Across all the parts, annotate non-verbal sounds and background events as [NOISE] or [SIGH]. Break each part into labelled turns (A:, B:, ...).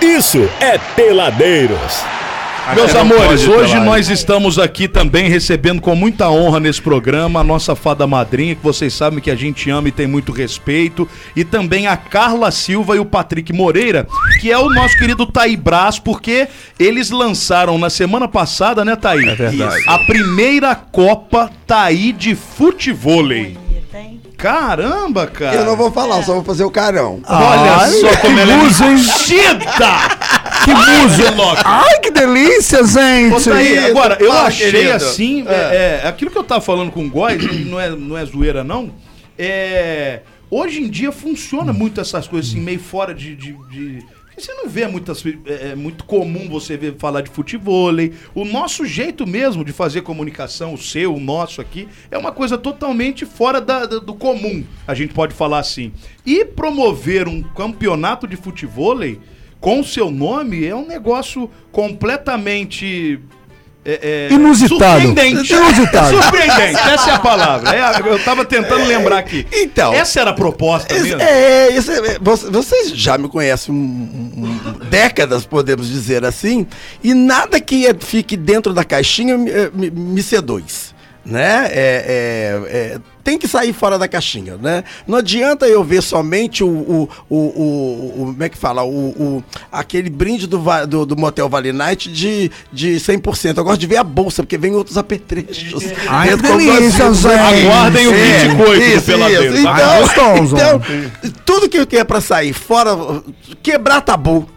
A: isso é Peladeiros.
B: Meus amores, hoje nós estamos aqui também recebendo com muita honra nesse programa a nossa fada madrinha, que vocês sabem que a gente ama e tem muito respeito, e também a Carla Silva e o Patrick Moreira, que é o nosso querido Thaí Brás, porque eles lançaram na semana passada, né, Thaí? É
C: verdade.
B: A primeira Copa
D: tá
B: Thaí de Futevôlei.
E: Bonita, hein?
B: Caramba, cara!
C: Eu não vou falar, só vou fazer o carão.
F: Ah,
B: Olha só como ela é
F: musa, hein?
B: mexida!
F: Que musa!
B: Loki.
F: Ai, que delícia, gente!
B: Ô, Thaí,
C: Querido.
B: agora, eu
C: Ah,
B: achei
C: querido.
B: assim, é, é, aquilo que eu tava falando com o Góis, não é, não é zoeira não, é, hoje em dia funciona muito essas coisas assim, meio fora de... de- de- porque você não vê muitas, é, é muito comum você ver falar de futevôlei. O nosso jeito mesmo de fazer comunicação, o seu, o nosso aqui, é uma coisa totalmente fora da- da- do comum, a gente pode falar assim. E promover um campeonato de futevôlei com o seu nome é um negócio completamente é, é,
F: Inusitado.
B: Surpreendente.
F: Inusitado.
B: Surpreendente. Essa é a palavra. É a- eu tava tentando lembrar aqui.
C: Então.
B: Essa era a
F: tá
B: proposta
C: Esse-
B: mesmo.
C: é, esse- é, vo- vocês já me conhecem um- um- um- décadas, podemos dizer assim, e nada que é- fique dentro da caixinha me, é, me- me seduz. Né? É- é- é, tem que sair fora da caixinha, né? Não adianta eu ver somente o, o, o, o- o- como é que fala, o, o- aquele brinde do, va- do, do Motel Valley Night de, de 100%. Eu gosto de ver a bolsa, porque vem outros apetrechos.
F: Ai,
C: Dentro,
F: que
C: como
F: delícia,
C: assim,
F: gente!
B: Aguardem o
C: É,
B: 28 do
C: isso,
B: Peladeiros. tá?
C: isso.
F: Vai, gostoso.
C: então, tudo que tem pra sair fora, quebrar tabu.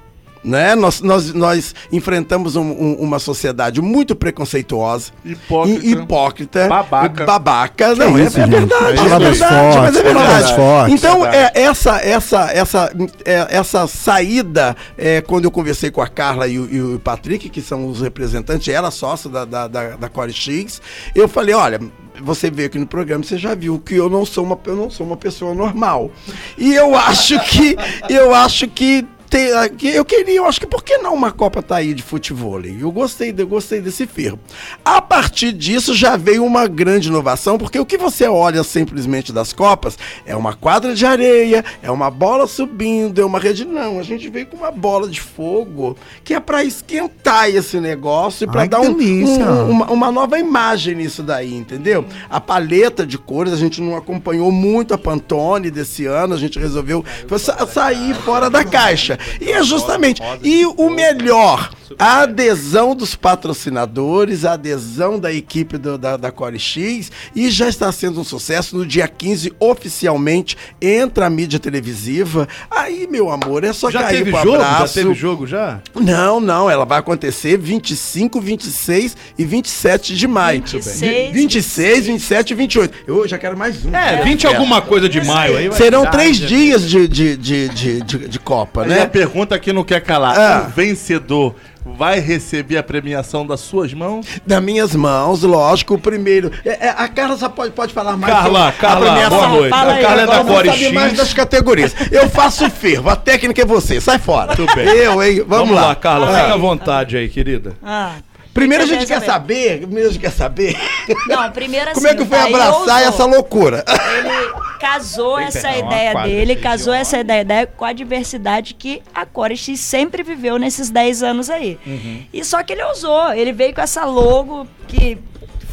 C: Né? Nós, nós, nós enfrentamos um- um- uma sociedade muito preconceituosa,
D: Hipócrita.
C: e- hipócrita
D: Babaca.
C: babaca. Não, é,
F: isso,
C: é
F: gente?
C: verdade,
F: Palavras
C: é verdade, mas é
F: fortes, palavras
C: verdade.
F: fortes.
C: Então, é, essa, essa, essa, é, essa saída, é, quando eu conversei com a Carla e o, e o Patrick, que são os representantes, ela sócia da, da, da, da Core X, eu falei, olha. Você veio aqui no programa, você já viu que eu não sou uma, eu não sou uma pessoa normal. E eu acho que eu acho que tem- ah, que eu queria, eu acho que por que não uma Copa tá aí de futevôlei? Eu gostei, eu gostei desse ferro. A partir disso já veio uma grande inovação, porque o que você olha simplesmente das Copas é uma quadra de areia, é uma bola subindo, é uma rede. Não, a gente veio com uma bola de fogo que é pra esquentar esse negócio e pra
F: Ai, que
C: dar um-
F: delícia.
C: um- uma, uma nova imagem nisso daí, entendeu? A paleta de cores, a gente não acompanhou muito a Pantone desse ano, a gente resolveu sa- sair fora da caixa. E é justamente. E o melhor, a adesão dos patrocinadores, a adesão da equipe do- da, da Core X, e já está sendo um sucesso. No dia 15, oficialmente, entra a mídia televisiva. Aí, meu amor, é só
B: já
C: cair
B: teve
C: pro
B: jogo?
C: abraço.
B: Já teve jogo já?
C: Não, não, ela vai acontecer 25, 26 e 27 de maio.
E: 26,
C: 26, 27 e 28. Eu já quero mais um.
B: É, 20 alguma coisa de maio aí. vai.
C: Serão três
B: né?
C: dias de, de, de, de, de- de Copa,
D: Aí a
C: né?
B: é-
D: pergunta que não quer calar.
C: Ah.
D: O vencedor vai receber a premiação das suas mãos?
C: Nas minhas mãos, lógico, o primeiro. É, é, a Carla só pode, pode falar mais.
B: Carla,
C: sobre a
B: Carla,
C: premiação.
B: boa noite.
E: Fala
B: A
E: aí,
B: Carla é
E: agora
B: da
C: Ela não
B: Core
C: sabe mais das
B: X.
C: categorias. Eu faço o fervo, a técnica é você. Sai fora.
B: Tudo bem.
C: Eu, hein? Vamos,
B: Vamos lá,
C: lá.
B: Carla,
C: Ah.
B: fica à vontade aí, querida.
E: Ah,
C: Primeiro a
E: Eu
C: gente
E: quero
C: quer saber. Primeiro a gente quer saber.
E: não, primeiro assim,
C: [LAUGHS] Como é que
E: o
C: foi
E: Thaí
C: abraçar
E: ousou.
C: essa loucura?
E: Ele casou essa ideia dele, casou essa ideia com a diversidade que a Core X sempre viveu nesses 10 anos aí.
C: Uhum.
E: E só que ele usou, ele veio com essa logo que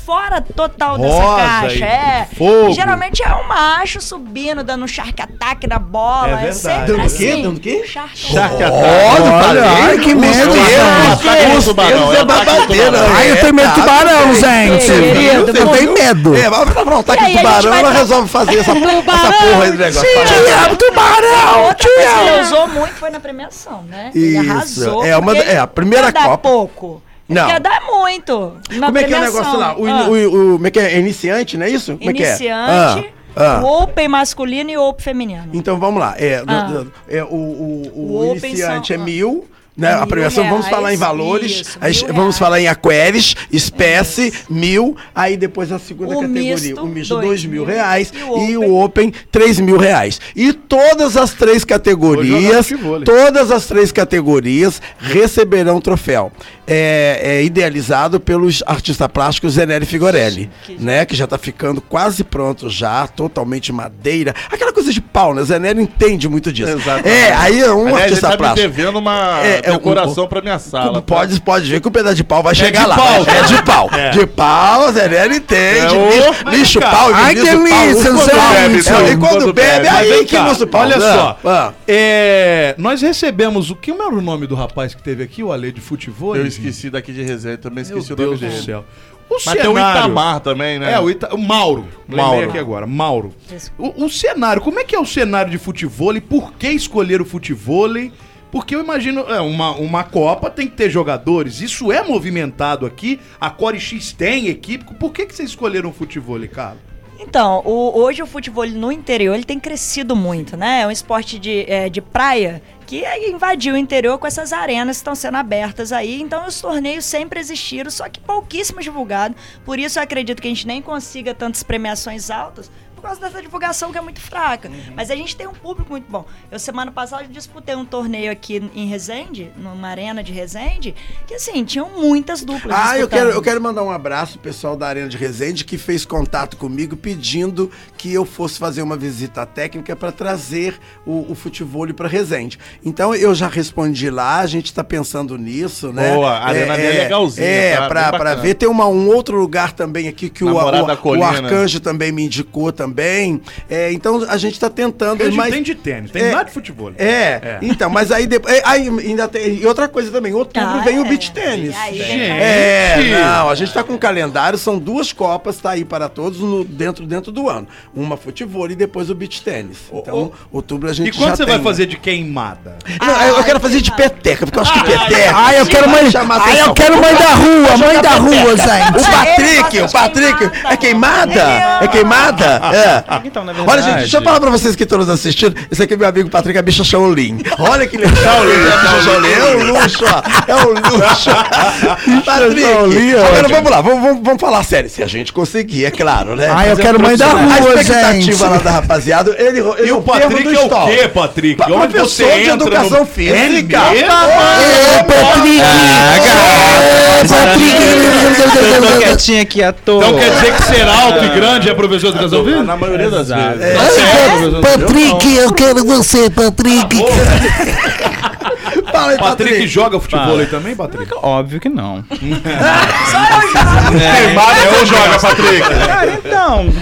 E: fora total dessa
B: Rosa
E: caixa,
B: e
E: é.
B: fogo.
E: Geralmente é um macho subindo, dando um shark attack na bola,
B: É
E: é,
B: verdade.
E: sempre
B: Dando o
C: quê?
E: assim.
C: Dando o quê?
E: Shark
D: Shark
C: Olha,
D: Attack.
C: falei,
F: ai, que
C: os
F: medo,
C: dedos,
F: cara.
C: os dedos
D: Tubarão,
C: é
D: é ataque do
C: babadeira,
D: tubarão.
F: Ai, eu tenho medo de
D: Ah, é,
F: tubarão, gente! Eu tenho medo!
C: tá, É, mas pra pronto, tá
E: E
C: aqui
E: aí, a gente
C: tubarão,
E: vai
C: ela
E: pra-
C: resolve fazer essa, essa porra aí do negócio.
F: Te amo,
D: É,
F: tubarão!
E: Outra
F: Te
E: coisa que
F: amo!
E: ele usou muito foi na premiação, né?
C: Isso.
E: Ele arrasou.
C: É uma
E: porque
C: da- é a
E: ele
C: primeira
E: quer dar
C: Copa.
E: pouco. Ele
C: Não.
E: Quer dar muito. na
C: Como é que é o
E: premiação.
C: negócio lá? O, in-
E: Ah.
C: o- o- como é que é? É Iniciante, não é isso? Como é que é?
E: Iniciante,
C: Ah, ah.
E: o Open masculino e o Open feminino.
C: Então vamos lá. É, do-
E: Ah.
C: do- é, o, o- o
E: O Open
C: iniciante
E: são-
C: é mil. Né, a
E: Mil
C: premiação, vamos
E: reais,
C: falar em valores,
E: isso,
C: a gente-
E: mil
C: vamos
E: reais.
C: falar em aqueries, espécie, mil, aí depois a segunda
E: O
C: categoria,
E: misto,
C: o misto,
E: dois
C: dois mil
E: mil,
C: reais,
E: e o
C: e o
E: Open,
C: Open, três mil reais. E todas as três categorias,
B: futevôlei.
C: todas as três categorias receberão troféu. É, é idealizado pelos artistas plásticos Zenelli Figorelli,
E: Que-
C: né? Que já tá ficando quase pronto já, totalmente madeira. Aquela coisa de pau, né? Zenelli entende muito disso.
D: Exatamente.
C: É, aí é um
D: Aliás, ele
C: artista
D: tá me
C: plástico.
D: devendo uma,
C: É,
D: teu
C: o-
D: coração
C: o-
D: pra minha sala. tá?
C: Pode, pode ver que o pedaço de pau vai chegar
D: de
C: lá.
D: pau.
C: É de pau. De pau, Zé Nery entende.
D: É o-
C: lixo-
D: Mas
C: Lixo,
D: vem cá.
C: pau,
F: Ai,
C: lixo,
F: que
C: pau.
F: delícia,
C: Quando
F: Zé
C: bebe,
F: Nery.
C: então, E
D: Quando
C: quando
D: bebe,
C: bebe,
B: Mas
C: aí
B: vem
C: que
B: cá,
C: moço pau.
B: Olha
C: Ah,
B: só.
C: ah.
B: É, nós recebemos o que era o nome do rapaz que teve aqui, o Ale de Futebol?
D: Eu esqueci daqui de resenha, também
B: Meu
D: esqueci o nome
B: Deus do
D: dele.
B: céu. O
D: Mas
C: um
D: tem o Itamar também, né?
B: É, o, Ita... o Mauro. Lembrei
D: Mauro.
B: aqui agora. Mauro. O, o cenário, como é que é o cenário de futebol? Por que escolher o futebol? Porque eu imagino, é, uma, uma Copa tem que ter jogadores, isso é movimentado aqui, a Core X tem equipe. Por que, que vocês escolheram o futebol, cara?
E: Então, o- hoje o futebol no interior ele tem crescido muito, né? É um esporte de, é, de praia que invadiu o interior com essas arenas que estão sendo abertas aí. Então, os torneios sempre existiram, só que pouquíssimos divulgados. Por isso, eu acredito que a gente nem consiga tantas premiações altas por causa dessa divulgação que é muito fraca.
C: Uhum.
E: Mas a gente tem um público muito bom. Eu, semana passada, disputei um torneio aqui em Resende, numa arena de Resende, que, assim, tinham muitas duplas
C: Ah, eu
E: disputando.
C: quero, eu quero mandar um abraço pro pessoal da Arena de Resende que fez contato comigo pedindo que eu fosse fazer uma visita técnica para trazer o, o futebol para Resende. Então eu já respondi lá, a gente tá pensando nisso, né?
D: Boa, a arena ali é legalzinha,
C: É,
D: tá? Bem
C: pra, pra
D: bacana.
C: ver. Tem uma- um outro lugar também aqui que o, o,
D: Namorada da
C: o
D: Colina.
C: Arcanjo também me indicou também. É, então a gente tá tentando.
B: Porque a gente
C: mas-
B: tem de tênis, tem
C: é,
B: nada de futebol.
C: é, então, mas aí depois. Aí ainda tem. E outra coisa também, em outubro
E: Ah,
C: vem o
E: é.
C: beach tênis.
E: E aí, né?
C: É, não, a gente tá com um calendário, são duas copas, tá aí para todos no, dentro, dentro do ano. Uma futebol e depois o beach tênis. Então, outubro a gente
B: E quando
C: já
B: você
C: tem,
B: vai
C: né?
B: fazer de queimada?
C: Não, eu- eu quero fazer
E: Ah,
C: de peteca, porque eu acho que peteca.
F: Ai, eu quero mãe.
C: Chamar
F: Ai, eu
C: atenção.
F: quero mãe da rua, mãe da rua,
C: O
F: gente.
C: Patrick,
E: Ele
C: o
E: gosta
C: Patrick.
F: tá
E: de
C: É queimada?
E: queimada.
C: É queimada? É.
G: Então, na
C: Olha, gente, deixa eu falar pra vocês que estão nos assistindo. Esse aqui é meu amigo Patrick, a bicha Shaolin. Olha que legal. Shaolin, a bicha Shaolin. É um luxo, ó. É um luxo.
F: Shaolin,
C: Patrick,
F: ó.
C: agora vamos lá, vamos, vamos, vamos falar sério. Se a gente conseguir, é claro, né?
F: Ah, eu
C: Fazer
F: quero
C: um
F: mãe da
C: profissional.
F: rua,
C: A expectativa
F: gente.
C: lá da rapaziada, ele, ele
B: E o
C: um termo do
B: Patrick é o
C: stall.
B: quê, Patrick?
C: Pa-
B: Onde
C: professor
B: você
C: de
B: entra no-
C: educação
B: É
C: física.
B: mesmo?
C: É,
F: Ô, Patrick! Ô,
G: Tô
F: Patrick!
G: quietinho aqui à toa.
B: Então quer dizer que ser alto e grande é professor de educação física?
D: Na maioria das
G: Exato.
D: vezes.
C: É.
F: Ai, Patrick, eu quero você, Patrick.
C: Fala aí,
B: Patrick,
C: Patrick.
B: joga futebol aí também, Patrick?
G: Óbvio que não.
D: Queimada é ou joga, Patrick?
G: Cara, então.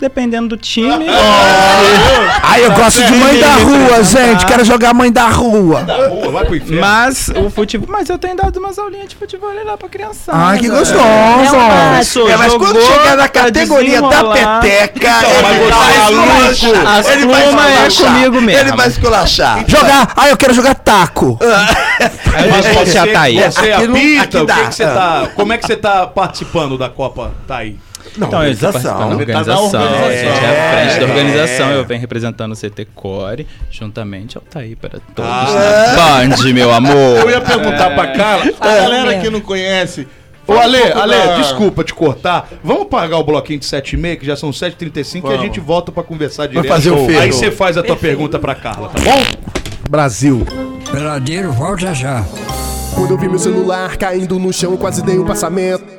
G: Dependendo do time.
F: Ai, eu gosto de mãe da rua, gente. Quero jogar mãe da rua.
B: Pô, vai pro inferno.
G: Mas o futebol. Mas eu tenho dado umas aulinhas de futebol lá pra criança.
D: Ah,
F: Ai, que gostoso.
G: Professor,
C: É, mas quando
G: jogou
C: chegar na
G: pra
C: categoria da
G: desenrolar. Então,
C: peteca,
D: mas
C: ele
D: você é
C: vai
D: maluco.
C: esculachar.
G: As
C: Ele vai
G: turma é
C: esculachar.
G: comigo mesmo. Então, Ah,
C: Ele vai esculachar.
F: Jogar. Ai, eu quero jogar taco.
G: Aí a gente pode se atar tá aí.
B: É, Você
C: Aqui não-
B: apita,
C: aqui
B: o que
C: dá.
B: que você tá, como é que você tá participando da Copa, Thaí?
C: Não,
G: Então, eu estou participando da
C: organização.
G: organização, a
D: organização.
G: gente é a frente da
C: É.
G: organização, eu venho representando o CT Core, juntamente ao Taí para todos na Band, meu amor.
D: Ah. Eu ia perguntar pra Carla, a galera que não conhece.
B: Ô, Ale,
D: Fala um pouco
B: Ale,
D: da-
B: desculpa te cortar. Vamos pagar o bloquinho de 7h30, que já são 7h35, e a gente volta pra conversar direto.
C: fazer o ferro.
B: Aí você faz a tua pergunta pra Carla, tá bom?
F: Brasil.
H: Peladeiro, volta já.
I: Quando eu vi meu celular caindo no chão, eu quase dei um passamento.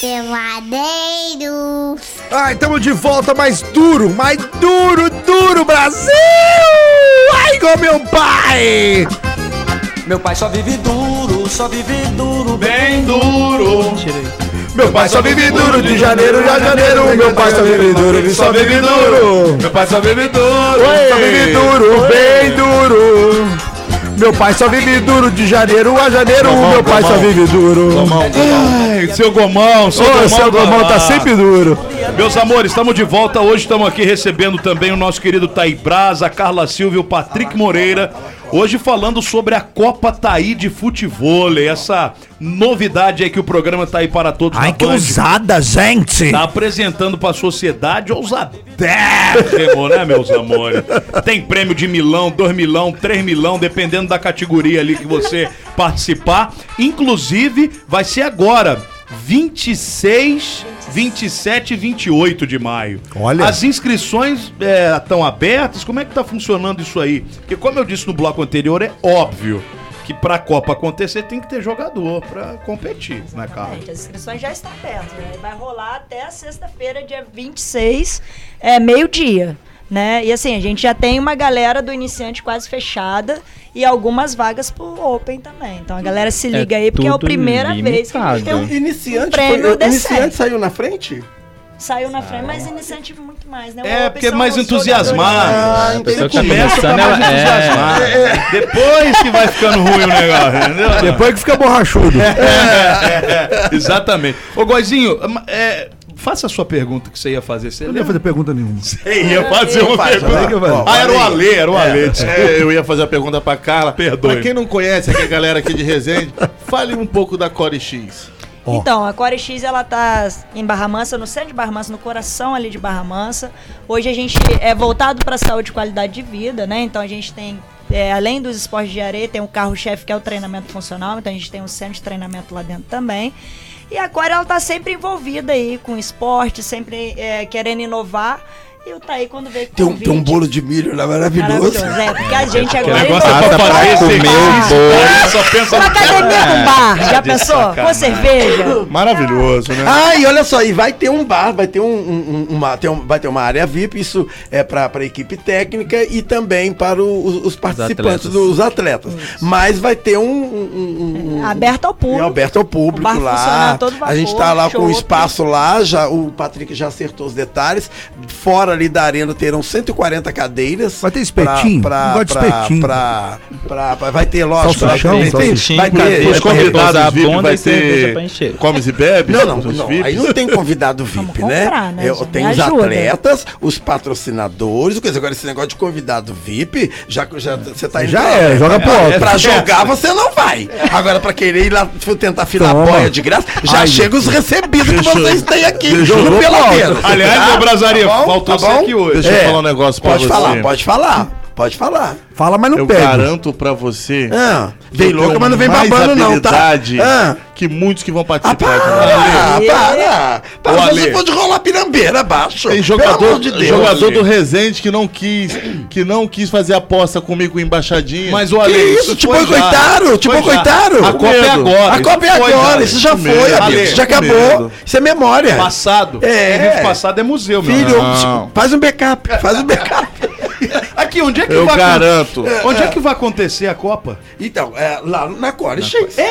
J: Peladeiros.
F: Ai, tamo de volta mais duro, mais duro, duro, Brasil! Ai, igual meu pai!
H: Meu pai só vive duro, só vive duro.
B: Bem duro.
F: Meu pai só vive duro de janeiro a janeiro. Meu pai só vive duro, ele só vive duro.
B: Meu pai só bebe duro.
F: Oi, só vive duro, bem duro. Meu pai só vive duro de janeiro a janeiro. meu pai só vive duro.
B: Ai, seu Gomão, seu
F: Ô, seu
B: vai
F: Globão
B: lá.
F: tá sempre duro.
B: Meus amores, estamos de volta. Hoje estamos aqui recebendo também o nosso querido Taibraz, a Carla Silva e o Patrick Moreira. Hoje falando sobre a Copa Taí de Futevôlei, essa novidade aí que o programa tá aí para todos
F: Ai,
B: na
F: que
B: Band.
F: ousada, gente!
B: Tá apresentando pra sociedade ousadérrimo, né, meus amores? Tem prêmio de milão, dois milão, três milão, dependendo da categoria ali que você participar. Inclusive, vai ser agora, 26, 27 e 28 de maio.
F: Olha.
B: As inscrições estão abertas? Como é que tá funcionando isso aí? Porque como eu disse no bloco anterior, é óbvio que pra Copa acontecer tem que ter jogador pra competir, né, Carla?
E: É, As inscrições já estão abertas, né? Vai rolar até a sexta-feira, dia 26, é, meio-dia. Né? E assim, a gente já tem uma galera do iniciante quase fechada e algumas vagas pro Open também. Então a galera se liga aí, porque é a
G: tudo
E: primeira vez que a gente tem um
G: limitado.
C: Iniciante,
E: Um prêmio
C: foi- o
E: decente.
C: iniciante saiu na frente?
E: Saiu na frente, mas iniciativa muito mais, né? O
B: É,
E: Open
B: porque é
E: são
B: mais
E: os
B: entusiasmado.
C: Ah,
E: jogadores.
G: A pessoa que tá
B: Começa
G: começando,
B: pra mais
G: ela é...
B: entusiasmar. Depois que vai ficando ruim o negócio, entendeu?
F: Depois que fica borrachudo.
B: É, é, é, exatamente. Ô, Goizinho, é, faça a sua pergunta que você ia fazer. Você
F: Eu não ia fazer pergunta nenhuma.
B: Você ia fazer uma
F: vai,
B: pergunta.
F: vai.
B: Ah, era o Ale, era o Ale. desculpa.
D: É, eu ia fazer a pergunta pra Carla.
B: Perdoe.
D: Pra quem não conhece aqui a galera aqui de Resende, fale um pouco da Core X.
F: Ó.
E: Então, a Core X ela tá em Barra Mansa, no centro de Barra Mansa, no coração ali de Barra Mansa. Hoje a gente é voltado para saúde e qualidade de vida, né? Então a gente tem é, além dos esportes de areia, tem o carro-chefe que é o treinamento funcional, então a gente tem um centro de treinamento lá dentro também. E a Core ela tá sempre envolvida aí com esporte, sempre é, querendo inovar. E o Thaí quando veio com
C: Tem um, tem um
E: convite-
C: bolo de milho lá maravilhoso.
E: Maravilhoso, é, porque a gente
B: O
E: agora
B: negócio é pra
E: inovou.
B: fazer
E: Com
B: exercício.
E: bar.
B: Ele Só pensa
E: Uma academia com bar, já
B: de
E: pensou? Com
B: sacanagem.
E: cerveja.
D: Maravilhoso, né?
C: Ah, e olha só, e vai ter um bar, vai ter, um, um- um- uma, tem um- vai ter uma área VIP, isso é para a equipe técnica e também para o- os, os participantes,
G: atletas.
C: dos atletas. Mas vai ter um. um, um- um-
E: Aberto ao
C: um
E: público.
C: aberto ao público
E: O bar funciona
C: lá.
E: a todo vapor,
C: a gente tá lá com o
E: shopping.
C: espaço lá, já, o Patrick já acertou os detalhes. Fora ali da arena terão 140 cadeiras.
F: Vai ter espetinho?
C: Pra, pra,
F: Eu gosto de espetinho.
C: pra- pra- pra- vai ter, lógico. Vai
F: Salsichão,
C: ter,
G: salsichinho,
C: vai ter,
G: com
D: Os
G: É pra repousar a
D: convidados VIP
G: bunda
D: vai
G: e cerveja pra
D: ter
G: encher.
D: comes e bebes?
C: Não, não,
D: Os
C: não.
D: VIPs?
C: Aí não tem convidado VIP,
E: Vamos comprar,
C: né?
E: né,
C: Eu
E: gente?
C: tenho
E: Me
C: os
E: ajuda.
C: atletas, os patrocinadores, coisa. Agora, esse negócio de convidado VIP, já que já, você tá
F: Já
C: pra-
F: é, joga pro alto.
C: Pra jogar, você não vai. Agora, pra querer ir lá f- tentar filar a
F: Toma.
C: boia de graça, já
F: Ai,
C: chega os recebidos que vocês têm aqui
F: jogou
C: no
F: pro
C: Peladeiro.
F: alto.
B: Aliás, meu Brasaria,
C: Tá bom?
B: faltou
C: Tá
B: você
C: bom?
B: aqui hoje.
D: Deixa eu
C: É.
D: falar um negócio pra
C: Pode
D: você.
C: falar, pode falar, pode falar.
F: Fala, mas não
D: Eu
F: pega.
D: garanto pra você.
C: Ah,
D: que
C: vem
D: eu
C: louca,
D: tenho
C: mas não vem
D: mais
C: babando não, tá?
D: habilidade
C: Ah.
D: Que muitos que vão
C: Ah,
D: participar. aqui.
C: para! Para!
D: Ô,
C: Para,
D: Ale.
C: você pode rolar pirambeira abaixo.
D: Tem
C: Pelo
D: jogador,
C: amor de Deus.
D: jogador do Resende que não quis, que não quis fazer aposta comigo embaixadinha.
B: É, Mas o
C: Que
B: Ale.
C: isso, Tipo te
B: foi já.
C: boicotaram, te
B: Foi já.
C: boicotaram.
B: A Copa é agora.
C: A Copa é
B: Isso foi
C: agora,
B: já.
C: isso já
D: Isso
C: foi,
D: mesmo.
C: amigo,
B: Ale,
C: isso já
D: isso
C: acabou.
D: mesmo.
C: Isso é memória.
B: Passado.
C: É.
B: Quem vive passado é museu, meu
C: Filho,
B: irmão.
C: faz um backup, faz um backup.
B: Aqui, onde é que
D: Eu
B: vai acon-
D: garanto.
B: Onde é que vai acontecer a Copa?
C: Então, é, lá na Core X. É,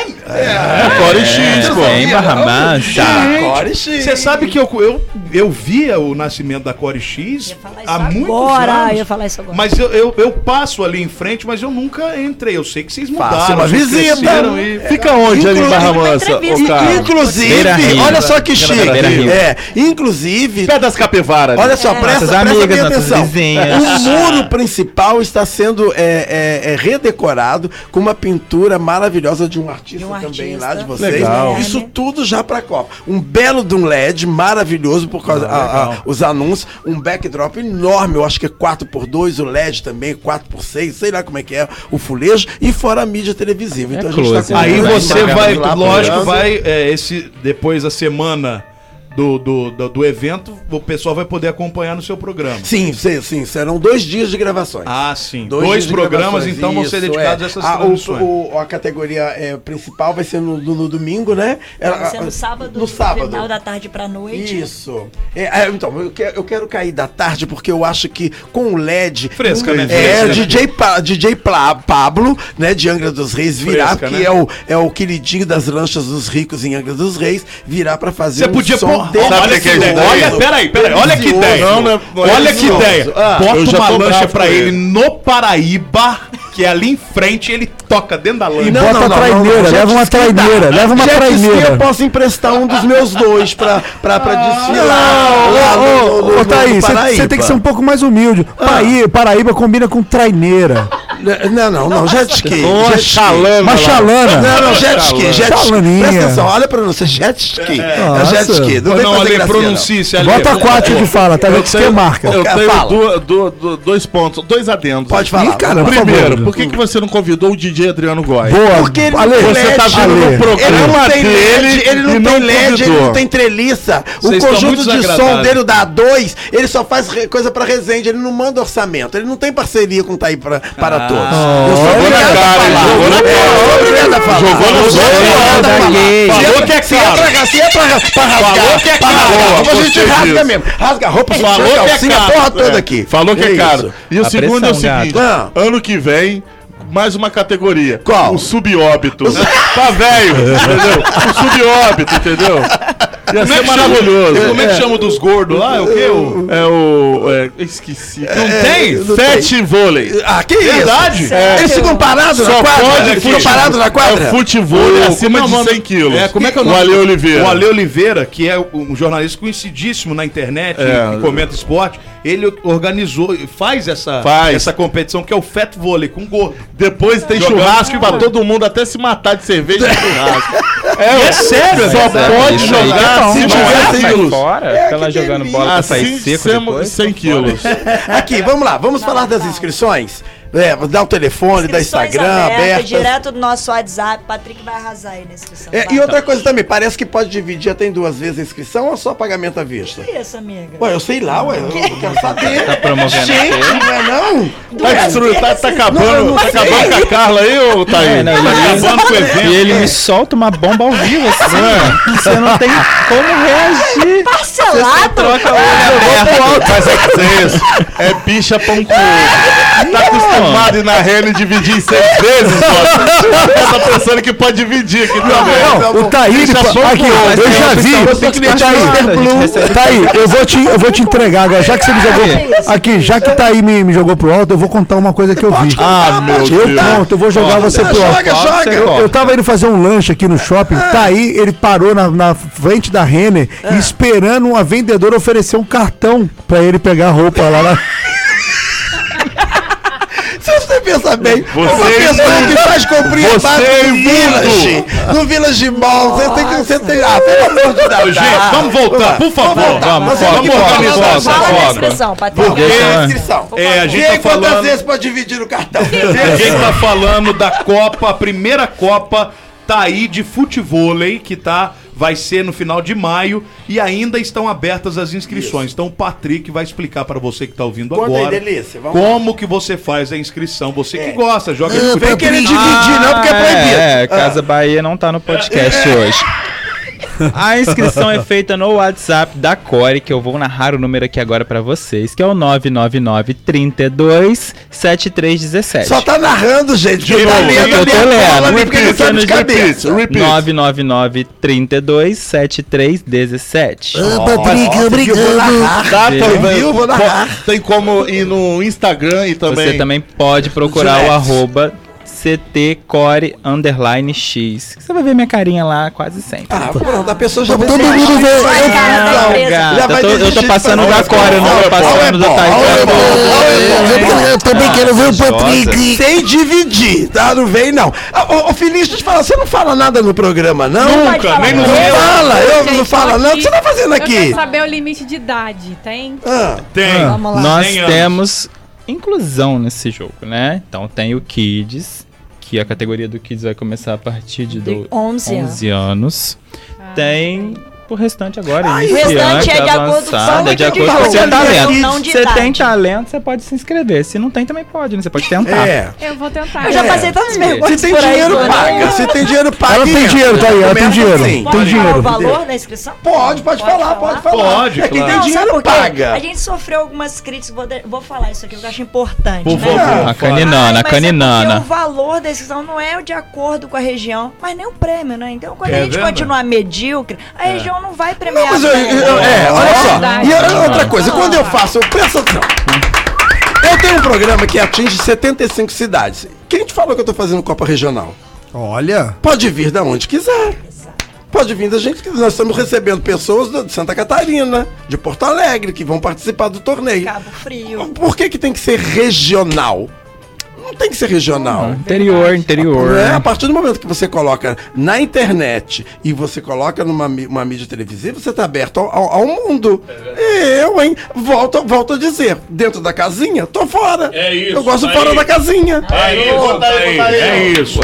D: Agora em X, pô.
G: É, em Barra Mansa.
C: na Tá, Core X.
B: Você sabe que eu, eu, eu via o nascimento da Core X
E: Ia falar isso
B: há muitos
E: agora,
B: anos.
E: eu ia falar isso agora.
B: Mas eu, eu, eu passo ali em frente, mas eu nunca entrei. Eu sei que vocês mudaram.
C: Faça uma
B: vocês
C: visita. né? É.
B: cresceram E...
D: Fica onde ali em
C: tá
D: Barra
E: Inclusive,
D: Mansa?
E: uma entrevista.
D: ô, cara?
G: Beira
C: Inclusive,
G: Rio.
C: olha só que chique.
G: Beira Rio.
C: É, inclusive,
D: Pé das capivaras.
C: Olha
E: É.
C: só, presta,
G: Nossas
C: presta
G: amigas,
C: bem
G: nossas
C: atenção.
G: vizinhas.
C: O muro principal está sendo é, é, é, redecorado com uma pintura maravilhosa de um artista
E: De um
C: também
E: artista.
C: lá de vocês.
E: Legal.
C: Isso tudo já para a Copa. Um belo de um LED maravilhoso por causa dos anúncios, um backdrop enorme, eu acho que é 4x2, o LED também 4x6, sei lá como é que é, o fulejo e fora a mídia televisiva.
G: É
C: Então a
G: close,
C: gente tá
G: né?
B: Aí
G: Vai
B: você
G: embarcar
B: vai,
G: de lá pra
B: lógico,
G: casa.
B: vai é, esse depois da semana do, do, do, do evento, o pessoal vai poder acompanhar no seu programa.
C: Sim, sim, sim, serão dois dias de gravações.
B: Ah, sim.
C: Dois,
B: Dois,
C: dias de
B: programas,
C: gravações,
B: então, vão ser
C: isso,
B: dedicados
C: é.
B: a essas
C: Ah, o-
B: transmissões.
C: o- a categoria é, principal vai ser no, no- no domingo, né?
E: Vai
C: Ela-
E: ser no sábado,
C: No sábado.
E: final da tarde pra noite.
C: Isso. É, é, então, eu quero, eu quero cair da tarde porque eu acho que com o LED.
B: Fresca, né?
C: É,
B: Fresca.
C: DJ, pa, DJ Pla- Pablo, né, de Angra dos Reis, virá,
B: Fresca,
C: que
B: né?
C: é, o, é o queridinho das lanchas dos ricos em Angra dos Reis, virá pra fazer um
B: Você podia
C: som
B: pôr. Olha que tá
C: delicioso.
B: ideia. Olha, peraí, peraí. Olha que
C: Delicioso.
B: ideia.
D: é Não, não é- não é
B: olha que
D: delicioso.
B: ideia.
D: Ah, eu
B: Bota
D: já
B: uma
D: tô
B: lancha
D: bravo
B: pra
D: com
B: ele
D: ele.
B: no Paraíba, que é ali em frente, ele toca dentro da lancha.
F: Bota a Tá traineira, leva uma traineira, leva uma
C: Jet ski
F: traineira.
C: eu posso emprestar um dos meus dois pra, pra, pra desfilar. lá no-
F: Não,
C: no-
F: ô,
C: no-
F: ô,
C: no
F: Thaís, você
C: Paraíba.
I: Ah.
F: tem que ser um pouco mais humilde. Paraí- Paraíba combina com traineira.
C: Não, não, não, jet ski.
D: Uma
C: jet ski.
D: chalana
F: Uma
D: lá.
F: chalana.
C: Não, não, jet ski, jet ski.
F: Chalaninha.
C: Presta atenção, olha pra você, jet ski. É
F: Nossa.
C: jet ski. Não vem
B: Não,
C: fazer
B: Ale,
C: gracinha,
B: pronuncie-se, Ale.
F: Bota quatro que fala, tá vendo que você marca.
D: Eu
C: Cara,
D: tenho
C: fala.
D: du- du- du- dois pontos, dois adendos.
C: Pode falar.
F: Ih, cara, por
D: Primeiro,
F: favor.
D: por que, que você não convidou o DJ Adriano Góes?
F: Boa.
C: Porque ele
F: Ale,
C: não
F: você
C: tem
F: tá
C: LED,
F: vindo no
C: Ale. Ele
F: programa
C: não tem
D: dele
C: LED, ele não
D: e
C: tem
D: não
C: LED, ele
D: convidou.
C: não tem treliça. O
B: Vocês estão
C: conjunto
B: muito
C: de som
B: desagradáveis.
C: dele, o da A2, ele só faz re- coisa pra Resende, ele não manda orçamento, ele não tem parceria com o Taí pra, para todos. Eu
D: Jogou
C: sou
D: na
C: obrigado a
D: Ah. cara,
C: falar.
D: jogou na
C: É, eu sou obrigado a falar.
D: Jogou na
C: Eu sou
D: cara.
C: obrigado a
D: Jogou
C: falar. Se
D: Falou
C: é-
D: que é
C: se é
D: cara.
C: pra rasgar, se é pra ra- pra
D: Falou
C: rasgar,
D: que é
C: pra
D: cara.
C: rasgar, como a gente
D: Gostei
C: rasga
D: disso.
C: mesmo. Rasga a roupa, a gente
D: Falou
C: tira a
D: que é
C: calcinha, a
D: caro.
C: porra toda
D: É,
C: aqui.
D: Falou que é
C: isso.
D: caro. E o
G: A
D: segundo é o
G: pressão,
D: seguinte:
C: gato.
D: ano que vem. Mais uma categoria.
C: Qual?
D: O subóbito. tá
C: [LAUGHS]
D: velho, entendeu? O subóbito, entendeu? Ia
B: Como é
D: ser
B: que chama-
D: maravilhoso.
B: e Como é que chama o dos gordos lá? É o quê? O-
D: É o. é, esqueci. Não
C: É, tem?
D: Sete vôlei.
C: Ah, que isso? Verdade? Eles ficam parados na
D: É. Só
C: quadra?
D: pode
C: Eles ficam parados na quadra?
D: É futebol
B: O-
D: acima
B: não,
D: de
B: mano,
D: 100 quilos.
B: é, como é que é o
D: O
B: nome?
D: Ale Oliveira.
B: O Ale Oliveira, que é um jornalista conhecidíssimo na internet,
D: É.
B: que comenta esporte, ele organizou, faz essa,
D: Faz.
B: essa competição que é o Fat Volley com gordo.
D: Depois tem
B: Jogando-
D: churrasco pra todo mundo até se matar de cerveja e churrasco.
B: É, sério,
D: Só pode
G: Isso aí
D: jogar
G: é
D: acima
G: bom.
C: tiver
D: de 100
G: Sai
D: quilos.
G: fora, fica lá jogando bola pra sair
D: É, Assim,
G: seco
D: 100,
G: depois.
D: 100 quilos.
C: Né? Aqui, vamos lá, vamos falar das inscrições. É, dá o telefone, dá
E: Inscrições
C: Instagram, abertas.
E: Direto do nosso WhatsApp. Patrick vai arrasar aí na inscrição. tá? Então,
C: É,
E: vai.
C: e outra coisa também, parece que pode dividir até em duas vezes a inscrição ou só pagamento à vista?
E: Que é isso, amiga?
C: Ué, eu sei lá, ué, eu quero saber. Tá
G: promovendo
C: Gente, não é não?
D: Tá, destru- tá, tá acabando, tá acabando com a Carla aí, ô Thaís?
G: É, não,
D: tá
G: ele-
D: acabando com o
G: E
D: evento.
G: ele me solta uma bomba ao vivo, assim. mano. Você não tem como reagir.
E: Parcelado?
D: Mas é que é isso. É bicha pão com ovo. Tá acostumado a ir na rede e dividir em seis vezes, [LAUGHS] pô. Tá pensando que pode dividir aqui também.
F: Não, o Thaí, ele
D: Deixa
F: fa-
D: só
F: aqui,
D: um pouco, mas
F: eu
D: tem
F: já
D: outra
F: vi. Tá
D: opção,
G: tem que
F: Ô,
G: deixar
F: Thaí,
G: claro, a gente recebe-
F: Thaí, Tá eu vou te, eu vou te entregar agora. Já que você me
E: É
F: jogou.
E: isso.
F: Aqui, já que o Thaí me, me jogou pro alto, eu vou contar uma coisa que eu vi.
D: Ah, meu
F: Eu
D: Deus.
F: conto, eu vou jogar você pro alto.
C: Joga, joga.
F: Eu, eu tava indo fazer um lanche aqui no shopping, tá aí, ele parou na, na frente da Renner e esperando uma vendedora oferecer um cartão pra ele pegar a roupa lá. lá.
C: Se você pensar bem, uma
D: Você
C: pessoa que faz comprinha
D: Você
C: básica no
D: imundo.
C: Village, no Village Mall, você tem que... Você tem, ah, pelo amor de Deus. tá.
D: Gente, vamos voltar, por favor.
C: Vamos, vamos organizar essa
E: Fala na
C: foto.
E: inscrição,
C: Por
E: Patrick.
C: que
D: Porque-
C: a inscrição?
B: É, a gente
C: Quem
B: tá
C: quantas
B: falando-
C: vezes pode dividir o cartão?
B: A gente tá falando da Copa, a primeira Copa tá aí de futevôlei, que tá vai ser no final de maio e ainda estão abertas as inscrições. Então o Patrick vai explicar para você que tá ouvindo
C: Conta aí,
B: agora.
C: delícia, vamos É.
B: como que você faz a inscrição? Você que gosta, joga
F: Ah,
B: de
C: Não
B: futebol.
C: vem querer dividir, não, porque é proibido.
G: Ah, É, Casa Bahia não tá no podcast hoje. A inscrição é feita no WhatsApp da Core, que eu vou narrar o número aqui agora pra vocês, que é o 999 32 7317.
C: Só tá narrando, gente. que Eu tô
D: novo,
C: lendo
G: Tipo, eu
C: a
G: tô
C: minha
G: lendo.
C: cola ali, porque ele sabe de cabeça.
G: 999 32 7317.
C: Ah,
F: Patrick,
D: Tá, também.
C: viu? Vou narrar.
D: Tem como ir no Instagram e também.
G: Você também pode procurar
C: Direct.
G: o arroba ctcore underline x. Você vai ver minha carinha lá quase sempre.
C: Ah, pronto, a pessoa já
F: Todo mundo vê.
E: Vai, cara, tá da
C: Não,
E: empresa.
G: Gata,
C: já vai
G: eu, tô, eu
C: desistir
G: tô
C: de
G: passando
C: fazer
G: da
C: isso.
G: Core, não
C: Olha
G: tô
C: o
G: passando da Thaís.
C: Olha o Ebol, olha o Ebol.
F: Eu também quero ver o Patrick.
C: Sem dividir, tá? Não vem, não. Ah, Ô, ô Feliz, deixa eu te falar, você não fala nada no programa, não?
E: Pode falar.
C: Não fala, eu não fala, não. O que você tá fazendo
J: Eu
C: aqui?
J: quero saber o limite de idade, tem?
C: Ah,
B: Tem.
E: Vamos lá.
G: Nós
B: 100 anos.
G: temos inclusão nesse jogo, né? Então tem o Kids, que a categoria do Kids vai começar a partir de, do-
E: De 11 anos. Ah,
G: 11 anos. tem o restante agora,
E: o
G: iniciante,
E: restante é de acordo- só
G: avançada,
E: muito
G: de
E: de
G: acordo com
E: valor,
G: o seu
E: não
G: talento.
E: de
G: Se você tem
E: idade.
G: talento, você pode se inscrever. Se não tem, também pode, né? Você pode tentar.
C: é.
J: Eu vou tentar.
E: Eu já passei tantas
C: Se
E: perguntas
C: É. tem
E: por aí,
C: dinheiro,
E: Zona.
C: paga. Se tem dinheiro, paga.
F: Ela tem
C: Entra.
F: dinheiro, Thaí, ela tem
C: Começa
F: dinheiro.
C: assim.
F: Tem
E: Pode falar o
F: dinheiro.
E: valor da inscrição?
C: Pode, pode falar, pode falar.
B: Pode,
C: É quem
B: claro.
C: tem
E: Não, sabe
C: dinheiro,
E: por quê? É
C: paga.
E: A gente sofreu algumas críticas, vou, de- vou falar isso aqui, porque eu acho importante.
B: Por
E: né?
B: favor.
G: A
E: Ai,
G: caninana, a
E: mas é porque
G: caninana.
E: o valor da inscrição não é de acordo com a região, mas nem o prêmio, né? Então, quando
B: É
E: a gente
B: verdade.
E: continuar medíocre, a região não vai
C: Não,
E: premiar.
C: mas eu- eu- eu-
E: né?
C: é, olha só. E eu- outra coisa, quando eu faço, eu presta atenção. Eu tenho um programa que atinge 75 cidades. Quem te falou que eu tô fazendo Copa Regional?
F: Olha.
C: Pode vir da onde quiser. Pode vir da gente que nós estamos recebendo pessoas da- de Santa Catarina, de Porto Alegre, que vão participar do torneio.
E: Cabo Frio.
C: Por que, que tem que ser regional? Não não tem que ser regional.
G: Interior, interior.
C: É, a partir do momento que você coloca na internet e você coloca numa mí- uma mídia televisiva, você está aberto ao, ao- ao mundo.
B: É
C: Eu, hein? Volto, volto a dizer, dentro da casinha, tô fora.
B: É isso,
C: Eu gosto
B: tá
C: fora
B: aí.
C: da casinha.
B: É isso, tá aí,
C: tá aí.
B: é isso.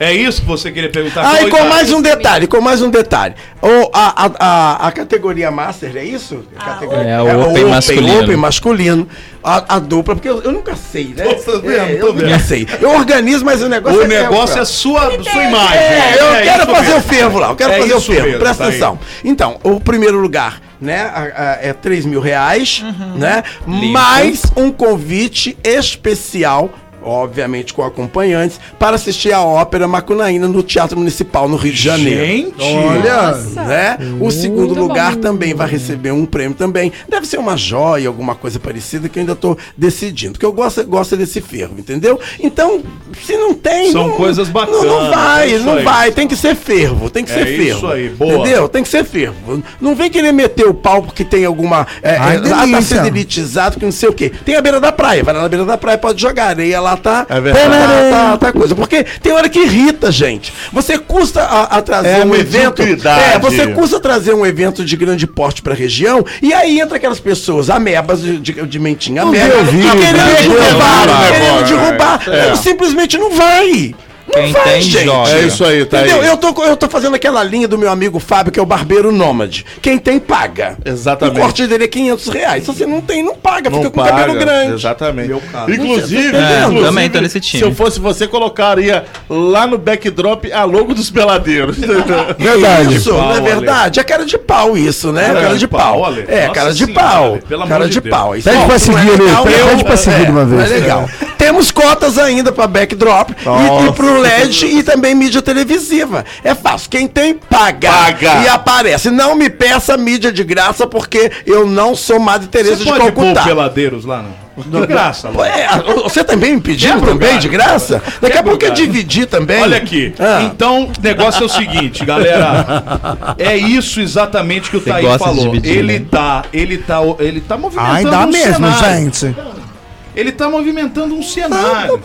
B: É isso que você queria perguntar.
C: Ah, e
B: Foi,
C: com
B: Nath?
C: mais um detalhe, com mais um detalhe. O, a, a, a, a categoria Master, é isso? A categoria-
G: É, o Open masculino.
C: Open masculino. A, a dupla, porque eu, eu nunca sei, né?
B: Tô vendo,
C: É,
B: tô
C: eu nunca
B: vendo.
C: sei. Eu organizo, mas o negócio
B: O negócio
C: meu,
B: é sua, sua imagem.
C: é, eu
B: é
C: quero
B: isso
C: fazer o
B: mesmo.
C: fervo lá, eu quero
B: É
C: fazer o
B: isso
C: fervo,
B: mesmo,
C: presta
B: tá aí.
C: atenção. Então, o primeiro lugar, né, a- a- é 3 mil reais,
J: Uhum.
C: né, mais um convite especial, obviamente com acompanhantes, para assistir a ópera Macunaína no Teatro Municipal no Rio de Janeiro.
B: Gente!
C: Olha, né? O segundo
J: Muito
C: lugar
J: bom.
C: também vai receber um prêmio também. Deve ser uma joia, alguma coisa parecida que eu ainda tô decidindo, porque eu gosto, gosto desse fervo, entendeu? Então, se não tem,
B: São
C: não-
B: coisas bacanas,
C: Não, não vai,
B: é isso
C: não
B: aí.
C: vai, tem que ser fervo, tem que
B: É
C: ser fervo.
B: isso aí, boa.
C: Entendeu? Tem que ser fervo. Não vem querer meter o pau porque tem alguma é,
F: Ai,
C: é, lá tá
F: delícia.
C: sendo elitizado, que não sei o quê. Tem a beira da praia, vai lá na beira da praia, pode jogar areia lá, tá?
D: É verdade.
C: Tá, tá, tá coisa. Porque tem hora que irrita, gente. Você custa a, a trazer
D: É
C: um evento.
D: mediocridade.
C: É, você custa trazer um evento de grande porte pra região e aí entra aquelas pessoas, amebas de, de, de mentinha,
F: Não
C: ameba,
F: deu
C: que
F: vídeo, não
C: querendo
F: deu
C: derrubar,
D: vídeo.
C: querendo
D: É.
C: derrubar.
D: É.
C: Não, simplesmente não vai. Não
G: Quem
C: vai,
G: tem,
C: gente.
G: joga.
D: É isso aí, tá aí.
C: Entendeu? Eu tô, eu tô fazendo aquela linha do meu amigo Fábio, que é o barbeiro nômade. Quem tem, paga.
D: Exatamente.
C: O corte dele é 500 reais. Se você não tem, não paga,
D: Não
C: fica com o
D: paga.
C: cabelo grande.
D: Exatamente.
B: Meu caso.
D: Inclusive,
G: É,
D: inclusive,
G: também tô nesse time.
D: se eu fosse você, colocaria lá no backdrop a logo dos peladeiros.
F: Verdade.
C: Isso,
B: pau,
C: não é
B: Ale.
C: verdade? É cara de pau isso, né?
B: Cara
C: Cara,
B: de
C: de
B: pau,
C: pau.
B: Ale.
C: É,
B: Nossa
C: cara de
B: senhora,
C: pau.
B: Ale, pelo amor
C: Cara
B: de
C: de
B: Deus.
C: pau. Isso
F: Pede
C: não-
F: pra
C: não
F: seguir, Ale,
C: legal,
F: pede-
C: eu-
F: pede pra seguir de uma
C: Não
F: vez.
C: É legal. Temos cotas ainda pra backdrop e, e pro LED e também mídia televisiva. É fácil. Quem tem, paga.
D: Paga.
C: E aparece. Não me peça mídia de graça porque eu não sou Madre Teresa
B: Você
C: de
B: pode pôr
C: Calcutá.
B: peladeiros lá, não? De graça, Lu.
C: É, a- você também me pediu
B: Quebra o
C: também,
B: galho.
C: de graça? Daqui
B: Quebra
C: a
B: o
C: pouco eu
B: galho.
C: dividi também.
B: Olha aqui.
C: Ah.
B: Então, o negócio é o seguinte, galera. É isso exatamente que o
G: Você
B: Thaí
G: gosta de
B: falou.
G: dividir,
B: ele
G: né?
B: tá, ele tá, ele tá movimentando
F: Ai, dá
B: um
F: mesmo,
B: cenário.
F: gente. Ah,
B: Ele tá movimentando um cenário.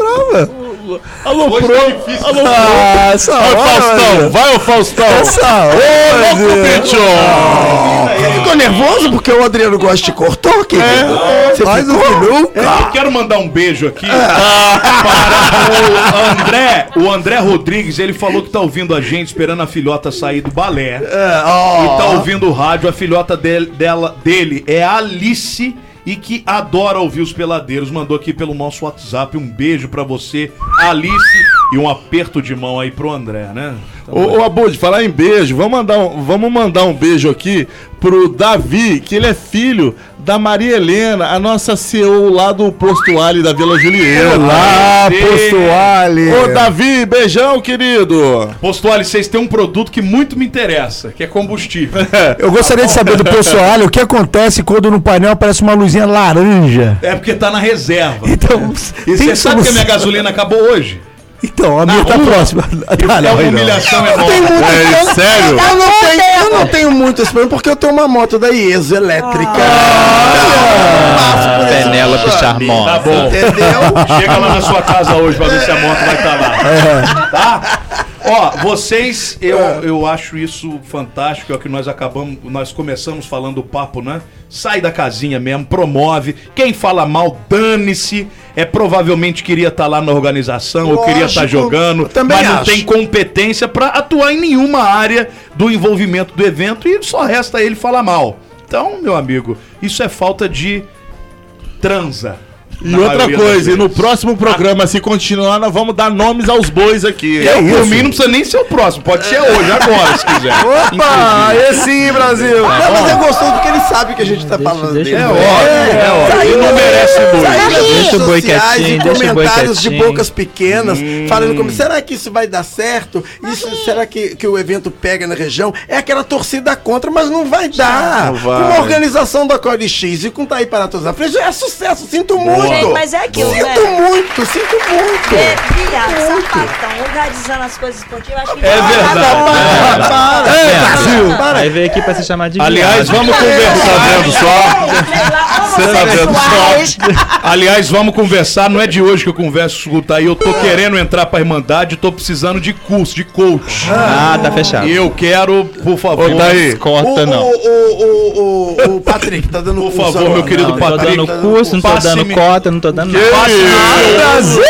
D: Alô, pro. Alô,
F: Ah, essa
D: Vai, Faustão. Vai, ô, Faustão. Ô, louco, bicho.
C: Ficou nervoso porque o Adriano gosta de cortou, querido? Você
F: Mas o
C: ficou?
B: Eu quero mandar um beijo aqui para o André. O André Rodrigues, ele falou que tá ouvindo a gente esperando a filhota sair do balé. E tá ouvindo o rádio. A filhota dele, dela, dele é a Alice e que adora ouvir os peladeiros. Mandou aqui pelo nosso WhatsApp. Um beijo pra você, Alice. E um aperto de mão aí pro André, né? Então,
D: [LAUGHS] Ô, ô Abud, falar em beijo, vamos mandar, um, vamos mandar um beijo aqui pro Davi, que ele é filho da Maria Helena, a nossa CEO lá do Posto Ali da Vila Juliana.
F: Olá, Poçoale.
D: Ô Davi, beijão, querido.
B: Postou, Alice, vocês têm um produto que muito me interessa, que é combustível.
F: Eu gostaria de saber do Poçoale o que acontece quando no painel aparece uma luzinha laranja.
B: É porque tá na reserva.
F: Então,
B: E você
F: tem
B: é sabe que a minha
F: solução.
B: gasolina acabou hoje?
F: Então, a minha tá próxima. [LAUGHS] Ah,
B: é
F: não,
B: uma
F: aí não.
B: humilhação
C: Eu tenho
B: enorme.
C: muito-
D: É,
C: eu-
D: sério?
C: Eu não, tenho, eu não tenho muito esse problema porque eu tenho uma moto da IESO elétrica.
G: Ah, Penélope Charmosa.
B: Tá bom.
C: Entendeu?
B: Chega lá na sua casa hoje pra ver se a moto vai estar lá. Tá? Ó, vocês, eu, eu acho isso fantástico, é o que nós acabamos, nós começamos falando o papo, né? Sai da casinha mesmo, promove. Quem fala mal, dane-se. É provavelmente queria estar lá na organização, ou queria estar
C: Lógico,
B: jogando,
C: também
B: mas não
C: acho.
B: tem competência pra atuar em nenhuma área do envolvimento do evento e só resta ele falar mal. Então, meu amigo, isso é falta de transa.
D: E
B: Na
D: outra
B: maioria das
D: coisa, e no
B: vezes.
D: próximo programa, se continuar, nós vamos dar nomes aos bois aqui.
B: Eu, por mim, não precisa nem ser o próximo. Pode ser hoje, agora, se quiser.
D: Opa, esse Brasil.
C: Não, mas é gostoso porque ele sabe que a gente tá falando
G: deixa
C: dele.
G: eu
C: É
G: ver.
B: É óbvio.
E: Tá
C: Saiu-
E: né?
B: Ele não merece muito.
C: saiu nas
G: Deixa
C: redes
G: o boi
C: sociais
G: quietinho,
C: e
G: deixa o boi
C: comentários de
G: quietinho.
C: bocas pequenas falando como será que isso vai dar certo? Isso, será que, que o evento pega na região? É aquela torcida contra, mas não vai dar.
D: Não vai.
C: Com a organização da Core X e com Taí para todos na frente, é sucesso, sinto muito.
E: Gente, mas é aquilo,
C: Sinto
E: velho.
C: muito, sinto muito.
E: É, viado, sapatão, organizando as coisas esportivas. Acho que
B: É
E: não vai
B: verdade.
E: dar bom.
C: Para, para, para.
G: É,
C: Brasil,
G: Aí veio aqui pra se chamar de
D: Aliás,
G: viado.
D: vamos conversar né, dentro só.
E: Sei né? lá, ô, homossexuais.
B: Aliás, vamos conversar. Não é de hoje que eu converso com o Taí. Eu tô querendo entrar pra Irmandade, tô precisando de curso, de coach.
G: Ah, tá fechado.
B: E eu quero, por favor.
D: tá
G: Ô, Taí. Corta, não.
C: O, o, o, o, o Patrick tá dando
B: Por
C: curso
B: favor,
C: agora.
B: meu querido
G: Não, não tô
B: Patrick.
G: dando curso, não tô dando
B: Passe-me-
G: cota, não tô dando nada.
B: Brasil!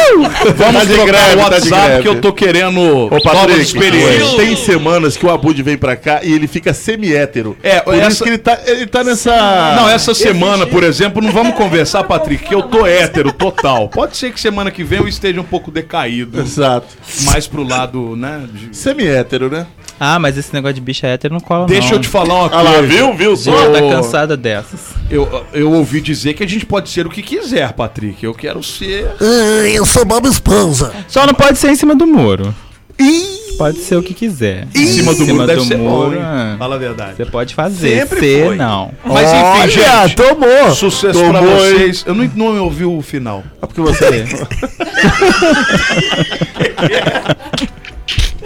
B: Vamos
D: Tá de
B: trocar
D: greve,
B: o
D: tá de
B: WhatsApp
D: greve.
B: que eu tô querendo
D: Ô,
B: novas
D: Patrick,
B: experiências.
D: tem semanas que o Abud vem pra cá e ele fica semi-hétero.
B: É,
D: Por
B: essa-
D: isso que ele tá, ele tá nessa...
B: Não, essa semana, por exemplo, não vamos conversar, Patrick, que eu tô hétero total. Pode ser que semana que vem eu esteja um pouco decaído,
D: Exato.
B: mais pro lado, né? de-
D: Semi-hétero, né?
G: Ah, mas esse negócio de bicha hétero não cola, não.
B: Deixa eu te falar uma
D: Ah
B: coisa.
D: lá, viu? Viu?
G: Você já tá cansada dessas.
B: Eu, eu ouvi dizer que a gente pode ser o que quiser, Patrick. Eu quero ser.
C: Eu sou Bob Esponja.
G: Só não pode ser em cima do muro.
C: Ih,
G: Pode ser o que quiser.
B: Em cima do muro é. deve ser bom,
G: muro,
B: hein?
G: ah,
B: Fala a verdade.
G: Você pode fazer,
B: Sempre
G: ser
B: foi.
G: não.
B: Mas enfim, gente.
F: tomou.
B: Sucesso pra
D: então, Tomou, hein?
B: vocês. Eu não, não ouvi o final.
D: É porque você...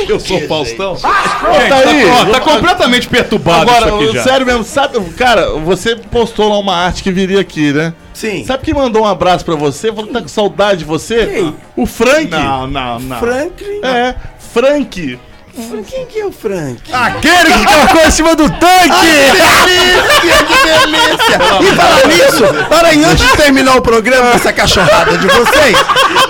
B: Eu sou o Faustão.
D: Ô, Thaí,
B: Gente, tá, ó, tá
D: Ah, vou-
B: completamente perturbado
D: Agora,
B: isso aqui já.
D: sério mesmo, sabe, cara, você postou lá uma arte que viria aqui, né?
C: Sim.
D: Sabe quem mandou um abraço pra você? Falou que tá com saudade de você?
C: Quem?
D: O Frank.
B: Não, não, não.
C: Franklin?
D: É, Frank.
C: Fran- Quem que é o Frank?
F: Aquele que marcou em cima do tanque!
C: delícia, que delícia! [LAUGHS] E falando nisso, para aí, antes de terminar o programa com essa cachorrada de vocês,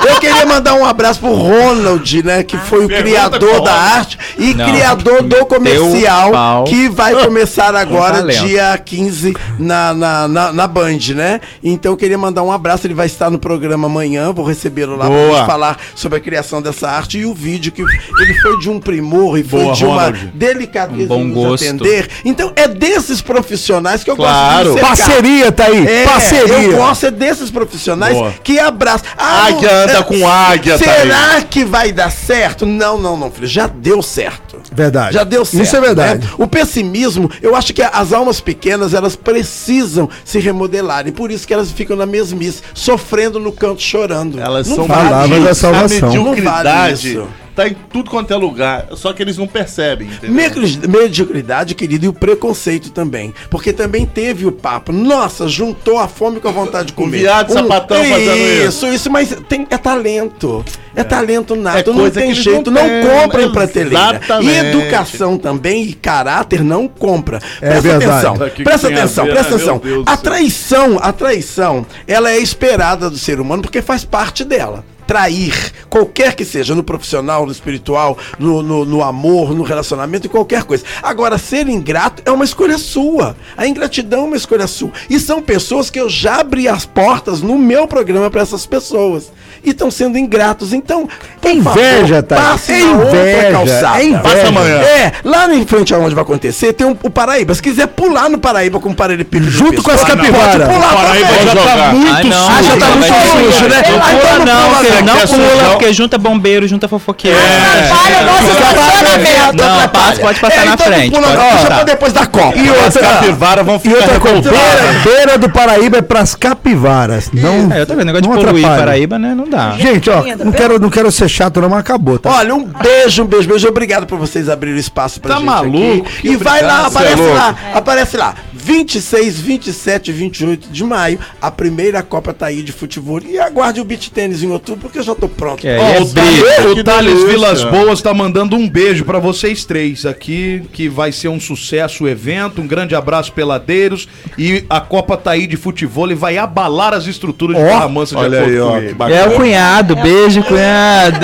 C: eu queria mandar um abraço pro Ronald, né? Que foi o
B: Pergunta
C: criador
B: pro
C: da
B: Ronald.
C: arte e
G: Não,
C: criador do
G: meteu
C: comercial
G: pau.
C: que vai começar agora,
G: talento.
C: dia 15, na, na, na, na Band, né? Então eu queria mandar um abraço, ele vai estar no programa amanhã, vou recebê-lo lá pra
D: Boa.
C: gente falar sobre a criação dessa arte e o vídeo que ele foi de um primor e foi
B: Boa,
C: de uma
B: Ronald.
C: delicadeza
G: Um bom
C: em nos
G: gosto.
C: atender. Então é desses profissionais que eu
D: Claro.
C: gosto de cercar.
F: Parceria, tá aí.
C: É,
F: parceria.
C: Eu gosto é desses profissionais
B: Boa.
C: que abraçam. Ah,
D: Águia
C: não,
D: anda
C: é,
D: com águia,
C: Será que vai dar certo? Não, não, não, filho. Já deu certo.
D: Ah,
F: Verdade.
C: Já deu certo.
F: Isso é verdade.
C: né? O pessimismo, eu acho que as almas pequenas, elas precisam se remodelarem. Por isso que elas ficam na mesmice, sofrendo no canto, chorando.
D: Elas
C: Não
D: são né?
C: vale
F: Palavras
C: isso.
F: da salvação.
D: A
C: Não
D: mediocridade
C: vale
D: tá em tudo quanto é lugar, só que eles não percebem. entendeu?
C: Medi- Mediocridade, querido, e o preconceito também. Porque também teve o papo. Nossa, juntou a fome com a vontade de comer.
D: Um
C: Um
D: viado sapatão fazendo
C: isso. Isso, mas tem, é talento. É, talento nato.
D: É
C: não
D: coisa
C: tem
D: que eles
C: jeito. Não,
D: não têm, né?
C: compra em prateleira. E
D: exatamente.
C: educação também e caráter não compra.
F: É verdade.
C: atenção.
B: O que
C: Presta
B: que tem a
C: atenção,
B: ver,
C: presta
B: né?
C: atenção.
B: Meu Deus do
C: A
B: céu.
C: traição, a traição, ela é esperada do ser humano porque faz parte dela. Trair, qualquer que seja, no profissional, no espiritual, no, no, no amor, no relacionamento, em qualquer coisa. Agora, ser ingrato é uma escolha sua. A ingratidão é uma escolha sua. E são pessoas que eu já abri as portas no meu programa para essas pessoas. E estão sendo ingratos. Então, por
F: Inveja, Thaís.
C: passe
F: É
C: na outra
F: inveja,
C: calçada.
F: é inveja. Passa amanhã.
C: É, lá em frente aonde vai acontecer, tem um- o Paraíba. Se quiser pular no Paraíba com o paralelepípedo
F: Junto
C: pessoal,
F: com as
C: pode
F: capivaras.
C: pular
D: Paraíba
C: também.
D: já tá muito
G: Ah, não,
F: sujo.
G: já tá muito sujo, né? Não
C: Ah, então
G: pula,
C: não
G: não,
C: pula,
G: filho,
C: né?
G: não
C: Quer
G: pula,
C: sujar o-
G: porque junta bombeiro, junta fofoqueiro.
C: É.
E: Atrapalha o nosso relacionamento.
G: Não, passa- pode passar na frente,
C: então Pula,
G: pode
C: não, deixa
G: passar.
C: pra depois da Copa.
F: E
D: As capivaras vão
F: E
D: ficar
F: outra coisa,
D: revoltadas.
F: beira, beira do Paraíba é pras capivaras. Não,
G: É, eu tô vendo, negócio de
F: não
G: poluir
F: atrapalha.
G: Paraíba, né? Não dá.
F: Gente, ó, não quero, não quero ser chato, não, mas acabou, tá?
C: Olha, um beijo, um beijo, beijo. Obrigado por vocês abrirem espaço pra
B: Tá
C: gente
B: maluco?
C: aqui.
B: Que
C: E vai
B: obrigado,
C: lá,
B: cê
C: aparece
D: é louco.
C: lá, aparece lá. 26, 27 e 28 de maio, a primeira Copa tá aí de futebol. E aguarde o beat tênis em outubro, porque eu já tô pronto.
G: Que é
B: Ó, o
G: isso, briga.
B: Thales, o
D: Que
B: Thales
D: delícia.
B: Vilas Boas tá mandando um beijo pra vocês três aqui, que vai ser um sucesso o evento. Um grande abraço, peladeiros. E a Copa Taí de Futebol vai abalar as estruturas de
F: Ó,
B: Barra Mansa de
D: Olha aí, ó, que
G: É
D: bacana.
G: o cunhado, beijo, cunhado.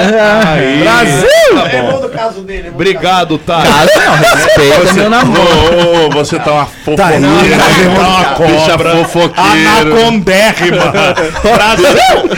B: Brasil!
C: É bom do caso dele. é bom do caso
B: Obrigado, Thales.
G: Ah, não, respeita meu namoro.
D: Ô, ô, ô, você tá uma
F: Tá aí,
D: fofoqueira,
F: tá
D: hein? tá uma bicha fofoqueira.
B: Anacondérrima. Brasil.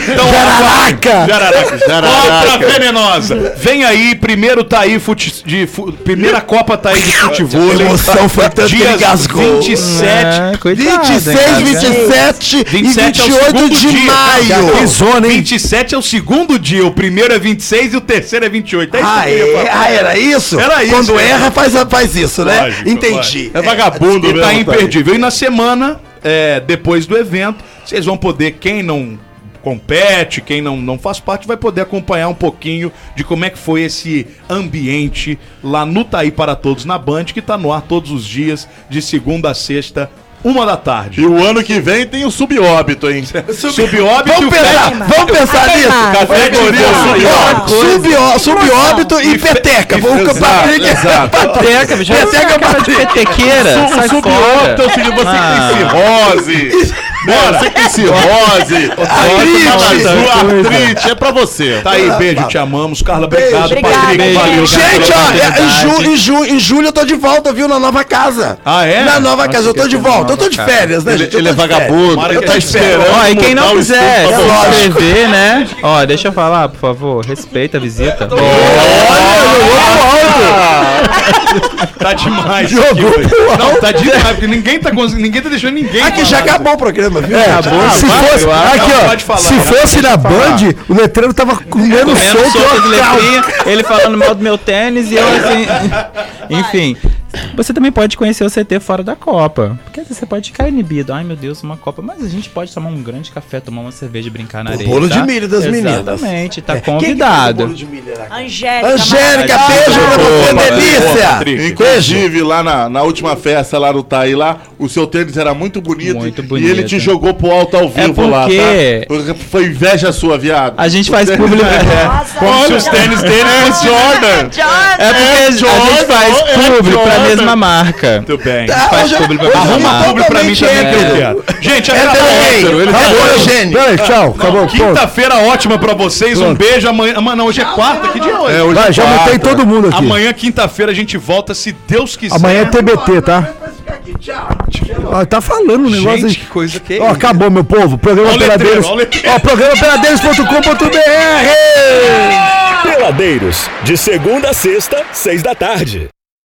B: Então,
F: Caraca!
B: Jararaca.
D: Jararaca.
B: Contra venenosa. Vem aí, primeiro Taí fute, de fu- primeira Copa Taí de Futebol.
C: A [LAUGHS] emoção foi tanto que
B: Dias
C: engasgou.
B: 27
G: Ah, coitado,
C: 26,
G: hein, cara.
C: 27
B: 27 é
C: e
B: o
C: 28
B: segundo
C: de
B: dia.
C: maio.
F: Que zona, hein?
B: 27 é o segundo dia, o primeiro é 26 e o terceiro é 28. É isso
C: Ah,
B: que eu ia
C: é?
B: falar.
C: Ah, era isso?
B: Era isso,
C: Quando
B: né?
C: erra, faz, faz isso, né?
B: Lógico,
C: Entendi.
D: É vagabundo,
B: E tá
D: mesmo,
B: imperdível. E na semana, é, depois do evento, vocês vão poder, quem não compete, quem não, não faz parte, vai poder acompanhar um pouquinho de como é que foi esse ambiente lá no Taí para Todos na Band, que tá no ar todos os dias, de segunda a sexta, uma da tarde.
D: E o ano que vem tem o subóbito, hein?
B: Subóbito
C: Vamos pensar, vamos pensar nisso?
D: Categoria
C: Ó, subó- Subóbito e peteca. Vamos com o Patrick.
G: Peteca, já
C: Peteca,
G: peteca, cara de
C: Patrick.
G: petequeira. sai fora.
D: Subóbito, filho, você
G: Ah.
D: que tem cirrose. Né? Você que tem cirrose.
C: Artrite.
D: Artrite. Artrite. É pra você.
B: Tá aí, beijo, te amamos. Carla, obrigado.
E: Beijo.
B: Patrick,
E: Obrigada,
B: valeu.
E: gente.
B: cara,
C: Gente,
B: pela
C: ó, é, em,
B: oportunidade.
C: ju- em ju- em julho eu tô de volta, viu? Na nova casa.
B: Ah, é?
C: Na nova casa, eu tô de
G: que é
C: volta. Eu tô
G: nova
C: de
G: casa.
C: férias, né,
D: Ele-
C: gente? Eu
D: ele
C: tô
D: é
C: de férias.
D: vagabundo.
C: Eu tô
D: Ele é
C: de férez.
D: esperando.
G: Ó, e quem
D: mudar
G: não
D: o
G: quiser
D: estúdio
G: se
D: pra
C: voltar.
G: inscrever, né? Ó, deixa eu falar, por favor. Respeita a visita.
B: Tá demais. isso aqui, velho. Não, tá demais, porque ninguém tá conseguindo. Ninguém tá deixando ninguém.
C: Aqui já acabou o programa, viu?
F: É,
B: Tá
G: Acabou,
F: se
G: vai,
F: fosse,
G: eu acho.
F: aqui,
B: Não,
F: ó,
B: pode É, falar,
F: se
B: não,
F: fosse na Band, o letreiro tava comendo
G: Comendo
F: solto.
G: sopa de
F: ó, cal-
G: letrinha, ele falando mal do meu tênis e eu
C: É.
G: assim. Enfim. Você também pode conhecer o CT fora da Copa. Porque às vezes você pode ficar inibido. Ai meu Deus, uma Copa. Mas a gente ppode tomar um grande café, tomar uma cerveja, brincar na
C: O
G: areia.
C: bolo
G: tá?
C: de milho das meninas.
G: Exatamente, tá
C: É, quem que fez o bolo
G: convidado.
C: de milho lá?
E: Angélica.
C: Angélica,
E: maravilhosa.
C: beijo pra você,
D: Boa, boa,
C: delícia!
D: Patrick. Inclusive, lá na, na última festa lá no Taí, lá, o seu tênis era muito bonito,
G: Muito
D: e
G: bonito.
D: ele te jogou pro alto ao vivo
G: porque-
D: lá, tá? Foi inveja sua, viado.
G: A gente faz público.
C: [LAUGHS]
E: Nossa,
D: Como se os tênis dele é
E: [LAUGHS]
D: Jordan.
E: Jordan.
G: É porque a gente
D: Jordan,
G: faz
D: é
G: público pra
D: Jordan.
G: mesma marca.
D: Muito bem.
C: Ah,
G: Faz
C: hoje-
G: público pra
C: hoje
G: mesma
C: eu
G: marca.
C: tô
B: Abre pra mim também
C: totalmente
B: que eu
C: hétero.
B: quero. Gente,
C: É
B: acabou.
C: hétero, ele acabou, Eugênio.
F: Peraí, tchau, acabou, pronto.
B: Quinta-feira ótima pra vocês. Um beijo amanhã. Mano, hoje é quarta. Que dia hoje?
D: É, hoje
F: Vai,
D: é
F: já
D: quarta.
F: botei todo mundo aqui.
B: Amanhã, quinta-feira, a gente volta, se Deus quiser.
F: Amanhã é TBT, tá? Ó, tá falando um negócio
B: Gente, que
F: aí.
B: coisa que é
F: Ó,
B: isso?
F: acabou, meu povo. Programa
B: Ó o letreiro,
F: Peladeiros.
B: ó o letreiro.
F: Ó, programa peladeiros.com.br.
A: Peladeiros, de segunda a sexta, seis da tarde.